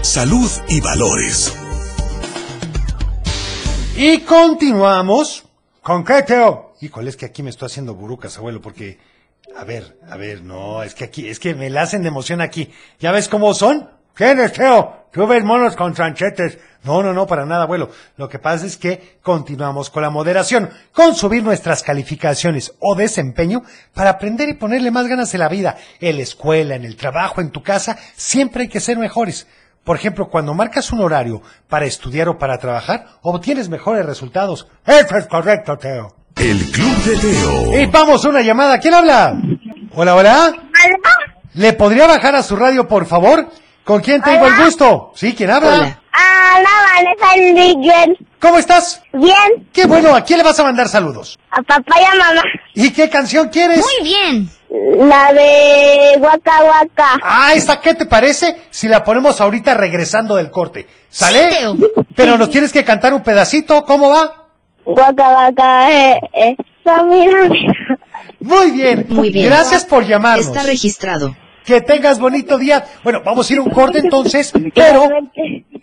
[SPEAKER 5] Salud y valores.
[SPEAKER 3] Y continuamos. ¿Con qué, Teo? Híjole, es que aquí me estoy haciendo burucas, abuelo, porque... A ver, a ver, no, es que aquí, es que me la hacen de emoción aquí. ¿Ya ves cómo son?
[SPEAKER 7] ¿Quién es Teo? Tú ves monos con
[SPEAKER 3] tranchetes. No, no, no, para nada, abuelo. Lo que pasa es que continuamos con la moderación, con subir nuestras calificaciones o desempeño para aprender y ponerle más ganas en la vida, en la escuela, en el trabajo, en tu casa, siempre hay que ser mejores. Por ejemplo, cuando marcas un horario para estudiar o para trabajar, obtienes mejores resultados. Eso es correcto, Teo.
[SPEAKER 5] El Club de Teo.
[SPEAKER 3] Y vamos, una llamada. ¿Quién habla? Hola, hola. ¿Le podría bajar a su radio, por favor? ¿Con quién tengo el gusto? Sí, ¿quién habla?
[SPEAKER 6] Hola, Vanessa Miguel.
[SPEAKER 3] ¿Cómo estás?
[SPEAKER 6] Bien.
[SPEAKER 3] Qué bueno, ¿a quién le vas a mandar saludos?
[SPEAKER 6] A papá y a mamá.
[SPEAKER 3] ¿Y qué canción quieres?
[SPEAKER 9] Muy bien.
[SPEAKER 6] La de Waka Waka.
[SPEAKER 3] Ah, ¿esta qué te parece si la ponemos ahorita regresando del corte? ¿Sale?
[SPEAKER 9] Sí, Teo.
[SPEAKER 3] Pero nos tienes que cantar un pedacito, ¿cómo va?
[SPEAKER 6] Waka Waka, eh, eh. No, mira, mira.
[SPEAKER 3] Muy bien.
[SPEAKER 13] Muy bien.
[SPEAKER 3] Gracias por llamarnos.
[SPEAKER 13] Está registrado.
[SPEAKER 3] Que tengas bonito día. Bueno, vamos a ir a un corte entonces, pero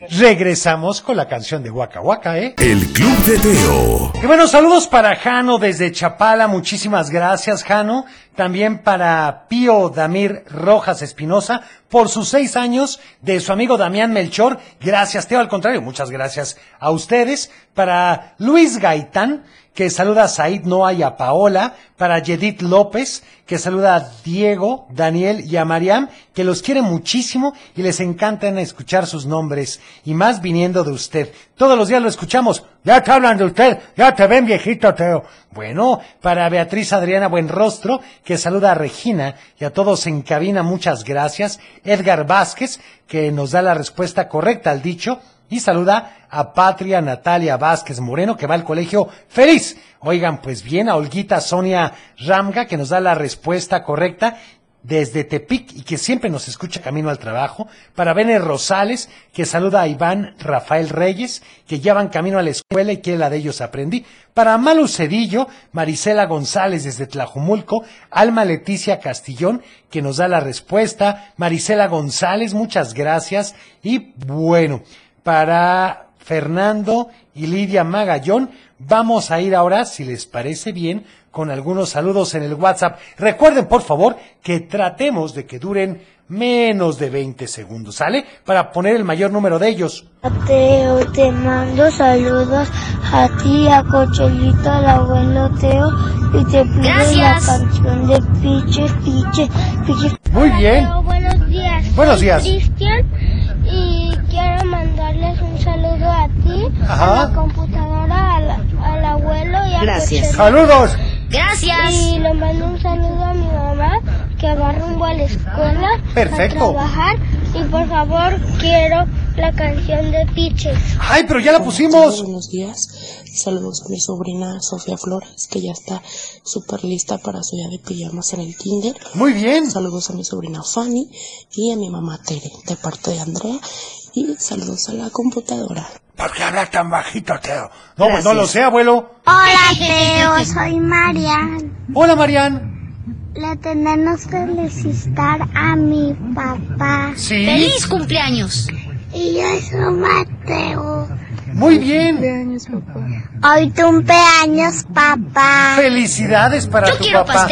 [SPEAKER 3] regresamos con la canción de Waka Waka, ¿eh?
[SPEAKER 5] El Club de Teo.
[SPEAKER 3] Y bueno, saludos para Jano desde Chapala, muchísimas gracias Jano. También para Pío Damir Rojas Espinosa por sus seis años de su amigo Damián Melchor. Gracias, Teo, al contrario, muchas gracias a ustedes. Para Luis Gaitán, que saluda a Said Noa y a Paola. Para Yedith López, que saluda a Diego, Daniel y a Mariam, que los quiere muchísimo y les encantan escuchar sus nombres. Y más viniendo de usted. Todos los días lo escuchamos. Ya te hablan de usted, ya te ven viejito, Teo. Bueno, para Beatriz Adriana Buenrostro, que saluda a Regina y a todos en cabina, muchas gracias. Edgar Vázquez, que nos da la respuesta correcta al dicho. Y saluda a Patria Natalia Vázquez Moreno, que va al colegio feliz. Oigan, pues bien, a Olguita Sonia Ramga, que nos da la respuesta correcta desde Tepic y que siempre nos escucha camino al trabajo, para Bene Rosales, que saluda a Iván Rafael Reyes, que ya van camino a la escuela y que la de ellos aprendí, para Malu Cedillo, Marisela González desde Tlajumulco, Alma Leticia Castillón, que nos da la respuesta, Marisela González, muchas gracias, y bueno, para Fernando y Lidia Magallón. Vamos a ir ahora, si les parece bien, con algunos saludos en el WhatsApp. Recuerden, por favor, que tratemos de que duren menos de 20 segundos, ¿sale? Para poner el mayor número de ellos.
[SPEAKER 4] Teo, te mando saludos a ti, a Cochelito, al abuelo Teo, y te pido
[SPEAKER 9] Gracias.
[SPEAKER 4] la canción de Piches, Piches, Piches.
[SPEAKER 3] Muy bien.
[SPEAKER 4] buenos días.
[SPEAKER 3] Buenos días.
[SPEAKER 4] Soy Cristian, y quiero mandarles un saludo a ti,
[SPEAKER 3] Ajá.
[SPEAKER 4] a la computadora, al, al abuelo y a
[SPEAKER 13] Gracias.
[SPEAKER 4] Cochelito.
[SPEAKER 3] ¡Saludos!
[SPEAKER 9] Gracias.
[SPEAKER 4] Y le mando un saludo a mi mamá, que va va rumbo a la escuela
[SPEAKER 3] Perfecto.
[SPEAKER 4] a trabajar y por favor quiero la canción de Piches.
[SPEAKER 3] Ay, pero ya la pusimos.
[SPEAKER 21] Buenos días. Saludos a mi sobrina Sofía Flores, que ya está súper lista para su día de pijamas en el kinder.
[SPEAKER 3] Muy bien.
[SPEAKER 21] Saludos a mi sobrina Fanny y a mi mamá Tere, de parte de Andrea. Y saludos a la computadora.
[SPEAKER 7] ¿Por qué hablas tan bajito, Teo?
[SPEAKER 3] No, pues no lo sé, abuelo.
[SPEAKER 4] Hola, Teo, soy Marian.
[SPEAKER 3] Hola, Marian.
[SPEAKER 4] Le tenemos que felicitar a mi papá.
[SPEAKER 3] Sí. ¡Feliz
[SPEAKER 4] cumpleaños! Y yo soy Mateo.
[SPEAKER 3] Muy bien.
[SPEAKER 4] Hoy cumpleaños, papá.
[SPEAKER 3] Felicidades para tu papá.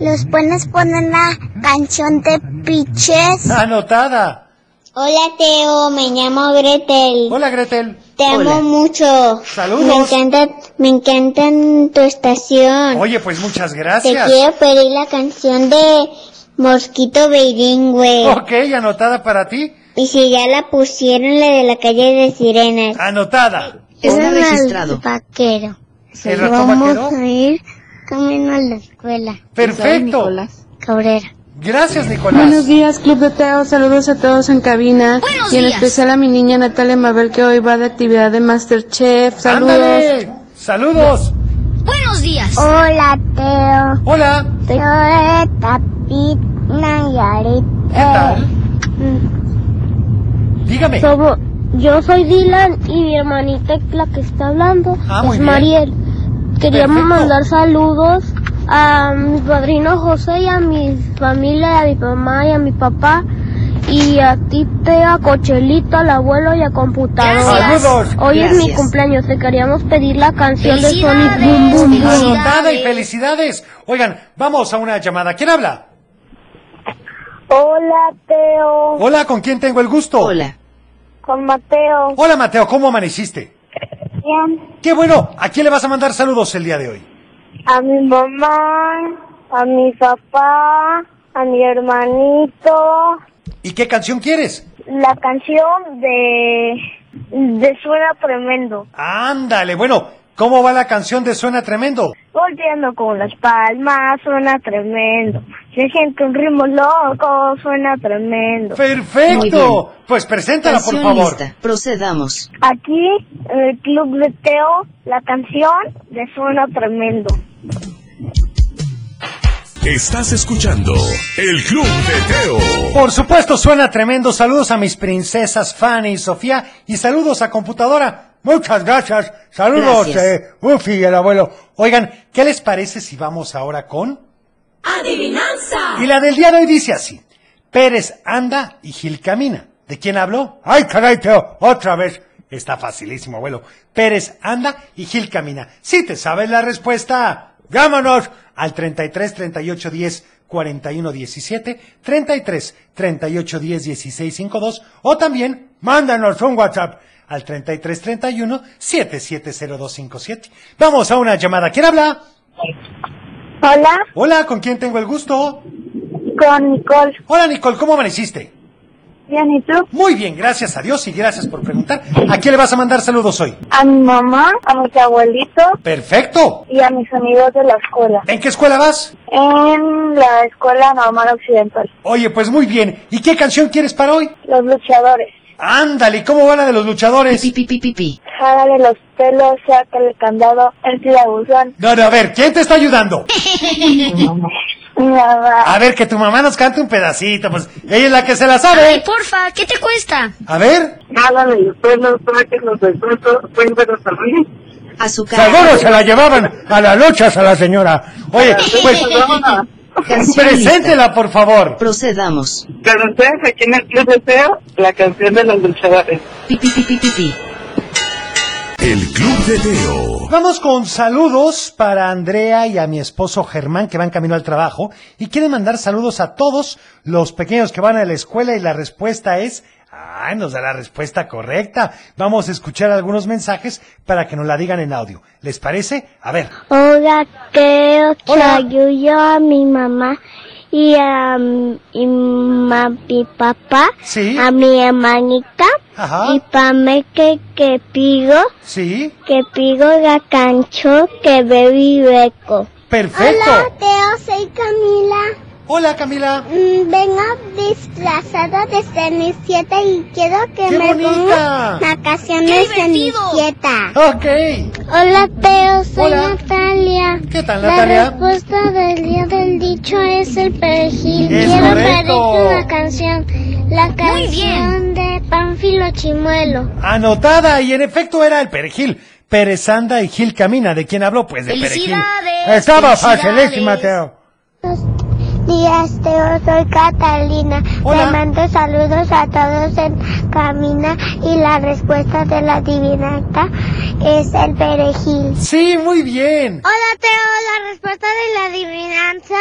[SPEAKER 4] Los buenos ponen la canción de Piches.
[SPEAKER 3] Anotada.
[SPEAKER 4] Hola, Teo. Me llamo Gretel.
[SPEAKER 3] Hola, Gretel.
[SPEAKER 4] Te
[SPEAKER 3] Hola.
[SPEAKER 4] amo mucho.
[SPEAKER 3] Saludos.
[SPEAKER 4] Me encanta, me encantan tu estación.
[SPEAKER 3] Oye, pues muchas
[SPEAKER 4] Te
[SPEAKER 3] gracias.
[SPEAKER 4] quiero pedir la canción de Mosquito Bilingüe.
[SPEAKER 3] Ok, anotada para ti.
[SPEAKER 4] Y si ya la pusieron, la de la calle de sirenas.
[SPEAKER 3] Anotada.
[SPEAKER 4] Está registrado. vaquero. Pues
[SPEAKER 3] ¿El ratón
[SPEAKER 4] Vamos
[SPEAKER 3] vaquero?
[SPEAKER 4] a ir camino a la escuela.
[SPEAKER 3] Perfecto.
[SPEAKER 4] Cabrera.
[SPEAKER 3] Gracias,
[SPEAKER 16] Buenos
[SPEAKER 3] Nicolás.
[SPEAKER 16] días, Club de Teo. Saludos a todos en cabina.
[SPEAKER 9] Buenos
[SPEAKER 16] y en
[SPEAKER 9] días.
[SPEAKER 16] especial a mi niña Natalia Mabel, que hoy va de actividad de Masterchef. Saludos.
[SPEAKER 3] Ándale. Saludos.
[SPEAKER 9] Buenos días.
[SPEAKER 4] Hola, Teo.
[SPEAKER 3] Hola.
[SPEAKER 4] Soy Tapit Nayarit.
[SPEAKER 3] ¿Qué tal? Dígame.
[SPEAKER 4] Sobo- yo soy Dylan y mi hermanita la que está hablando
[SPEAKER 3] Ah, muy
[SPEAKER 4] es
[SPEAKER 3] bien.
[SPEAKER 4] Mariel. Queríamos
[SPEAKER 3] Perfecto.
[SPEAKER 4] mandar saludos a mi padrino José y a mi familia, a mi mamá y a mi papá. Y a ti, Teo, a Cochelito, al abuelo y a computadora.
[SPEAKER 3] Gracias. Saludos.
[SPEAKER 4] Hoy es mi
[SPEAKER 3] Gracias.
[SPEAKER 4] cumpleaños. Te queríamos pedir la canción de Sonic
[SPEAKER 9] Felicidades,
[SPEAKER 4] Boom Boom Boom.
[SPEAKER 3] Anotada y felicidades. Oigan, vamos a una llamada. ¿Quién habla?
[SPEAKER 6] Hola, Teo.
[SPEAKER 3] Hola, ¿con quién tengo el gusto? Hola.
[SPEAKER 6] Con Mateo.
[SPEAKER 3] Hola, Mateo, ¿cómo amaneciste?
[SPEAKER 6] Bien.
[SPEAKER 3] Qué bueno. ¿A quién le vas a mandar saludos el día de hoy?
[SPEAKER 6] A mi mamá, a mi papá, a mi hermanito.
[SPEAKER 3] ¿Y qué canción quieres?
[SPEAKER 6] La canción de... de Suena Tremendo.
[SPEAKER 3] Ándale, bueno, ¿cómo va la canción de Suena Tremendo?
[SPEAKER 6] Volteando con las palmas, suena tremendo. Se siente un ritmo loco, suena tremendo.
[SPEAKER 22] Muy
[SPEAKER 3] ¡Perfecto!
[SPEAKER 22] bien.
[SPEAKER 3] Pues preséntala, por
[SPEAKER 22] Canción
[SPEAKER 3] favor.
[SPEAKER 22] lista. Procedamos.
[SPEAKER 6] Aquí, en el Club de Teo, la canción de Suena Tremendo.
[SPEAKER 5] Estás escuchando el Club de Teo.
[SPEAKER 3] Por supuesto, suena tremendo. Saludos a mis princesas Fanny y Sofía y saludos a computadora. Muchas gracias. Saludos,
[SPEAKER 22] Gracias.
[SPEAKER 3] eh, Ufi y el abuelo. Oigan, ¿qué les parece si vamos ahora con?
[SPEAKER 19] Adivinanza.
[SPEAKER 3] Y la del día de hoy dice así. Pérez anda y Gil camina. ¿De quién habló? ¡Ay, caray, Teo! Otra vez. Está facilísimo, abuelo. Pérez anda y Gil camina. Si te sabes la respuesta, llámanos al 33 38 10 41 17, 33 38 10 16 52 o también mándanos un WhatsApp al 33 31 770257. Vamos a una llamada. ¿Quién habla?
[SPEAKER 6] Hola,
[SPEAKER 3] Hola, ¿con quién tengo el gusto?
[SPEAKER 6] con Nicole.
[SPEAKER 3] Hola Nicole, ¿cómo amaneciste?
[SPEAKER 6] Bien, ¿y tú?
[SPEAKER 3] Muy bien, gracias a Dios y gracias por preguntar. ¿A quién le vas a mandar saludos hoy?
[SPEAKER 6] A mi mamá, a mis abuelitos
[SPEAKER 3] Perfecto.
[SPEAKER 6] y a mis amigos de la escuela.
[SPEAKER 3] ¿En qué escuela vas?
[SPEAKER 6] En la Escuela Normal Occidental.
[SPEAKER 3] Oye, pues muy bien. ¿Y qué canción quieres para hoy?
[SPEAKER 6] Los luchadores.
[SPEAKER 3] Ándale, ¿cómo va la de los luchadores?
[SPEAKER 6] Jálale los pelos, sácale el candado, el tirabuzón.
[SPEAKER 3] No, no, a ver, ¿quién te está ayudando?
[SPEAKER 6] Mi mamá.
[SPEAKER 3] A ver, que tu mamá nos cante un pedacito, pues ella es la que se la sabe.
[SPEAKER 9] Porfa, ¿qué te cuesta?
[SPEAKER 3] A ver,
[SPEAKER 14] Jálale los pelos, sáquenlos del cuento, cuéntanos también.
[SPEAKER 3] seguro se la llevaban a las luchas a la señora. Oye, pues
[SPEAKER 22] Canción lista.
[SPEAKER 3] preséntela, por favor.
[SPEAKER 22] Procedamos.
[SPEAKER 14] Con ustedes aquí en el Club de Teo, la canción de los luchadores.
[SPEAKER 22] Pi, pi, pi, pi, pi, pi.
[SPEAKER 5] El Club de Teo.
[SPEAKER 3] Vamos con saludos para Andrea y a mi esposo Germán que van camino al trabajo y quieren mandar saludos a todos los pequeños que van a la escuela y la respuesta es, ah, nos da la respuesta correcta. Vamos a escuchar algunos mensajes para que nos la digan en audio. ¿Les parece? A ver.
[SPEAKER 4] Hola, Teo,
[SPEAKER 3] Hola.
[SPEAKER 4] yo a mi mamá y a m- y ma- mi papá,
[SPEAKER 3] Sí.
[SPEAKER 4] a mi hermanita
[SPEAKER 3] Ajá.
[SPEAKER 4] y para mí que, que pido,
[SPEAKER 3] Sí.
[SPEAKER 4] que pido la cancho que bebí beco.
[SPEAKER 3] Perfecto.
[SPEAKER 4] Teo, soy Camila.
[SPEAKER 3] Hola, Camila.
[SPEAKER 4] Mm, Vengo disfrazada de Cenicienta y quiero que
[SPEAKER 3] ¡Qué
[SPEAKER 4] me
[SPEAKER 3] bonita!
[SPEAKER 4] pongan vacaciones
[SPEAKER 3] ¡Qué divertido!
[SPEAKER 4] Cenicienta.
[SPEAKER 3] Ok.
[SPEAKER 4] Hola, Teo, soy
[SPEAKER 3] Hola.
[SPEAKER 4] Natalia.
[SPEAKER 3] ¿Qué tal,
[SPEAKER 4] La
[SPEAKER 3] Natalia?
[SPEAKER 4] respuesta del día del dicho es el perejil.
[SPEAKER 3] Es
[SPEAKER 4] quiero
[SPEAKER 3] correcto.
[SPEAKER 4] pedirte una canción. La canción de Pánfilo Chimuelo.
[SPEAKER 3] Anotada y en efecto era el perejil. Pérez anda y Gil camina. ¿De quién habló? Pues de perejil.
[SPEAKER 4] ¡Felicidades!
[SPEAKER 3] Estaba eh,
[SPEAKER 4] ¡Felicidades!
[SPEAKER 3] facilísima, Teo.
[SPEAKER 4] Días, Teo, soy Catalina.
[SPEAKER 3] Hola.
[SPEAKER 4] Te mando saludos a todos en Camina y la respuesta de la adivinanza es el perejil.
[SPEAKER 3] Sí, muy bien.
[SPEAKER 4] Hola, Teo, la respuesta de la adivinanza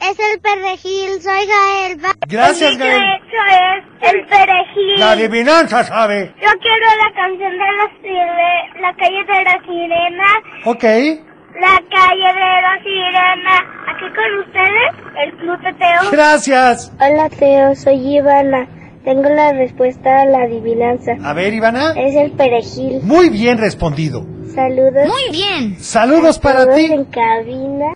[SPEAKER 4] es el perejil. Soy Gaelba.
[SPEAKER 3] Gracias, Gael.
[SPEAKER 4] hecho es el perejil.
[SPEAKER 7] La adivinanza sabe.
[SPEAKER 4] Yo quiero la canción de los sire- la calle de las sirenas,
[SPEAKER 3] Ok.
[SPEAKER 4] la calle de las sirenas. Aquí con ustedes, el club de Teo.
[SPEAKER 3] Gracias.
[SPEAKER 4] Hola Teo, soy Ivana. Tengo la respuesta a la adivinanza.
[SPEAKER 3] A ver, Ivana.
[SPEAKER 4] Es el perejil.
[SPEAKER 3] Muy bien respondido.
[SPEAKER 4] Saludos. Muy bien.
[SPEAKER 3] Saludos para ti.
[SPEAKER 4] En cabina.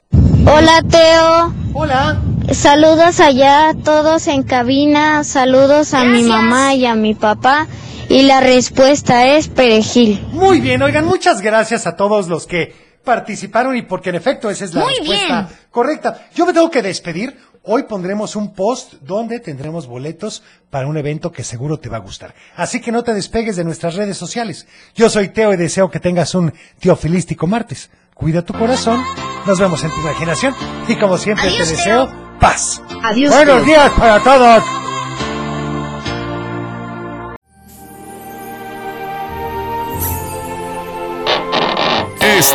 [SPEAKER 1] Hola Teo,
[SPEAKER 3] Hola.
[SPEAKER 1] saludos allá a todos en cabina, saludos a mi mamá y a mi papá y la respuesta es perejil.
[SPEAKER 3] Muy bien, oigan, muchas gracias a todos los que participaron y porque en efecto esa es la
[SPEAKER 1] Muy
[SPEAKER 3] respuesta correcta. Yo me tengo que despedir. Hoy pondremos un post donde tendremos boletos para un evento que seguro te va a gustar. Así que no te despegues de nuestras redes sociales. Yo soy Teo y deseo que tengas un teofilístico martes. Cuida tu corazón. Nos vemos en tu imaginación. Y como siempre te deseo paz.
[SPEAKER 22] Adiós,
[SPEAKER 3] Buenos
[SPEAKER 22] Teo.
[SPEAKER 3] días para todos.
[SPEAKER 5] Es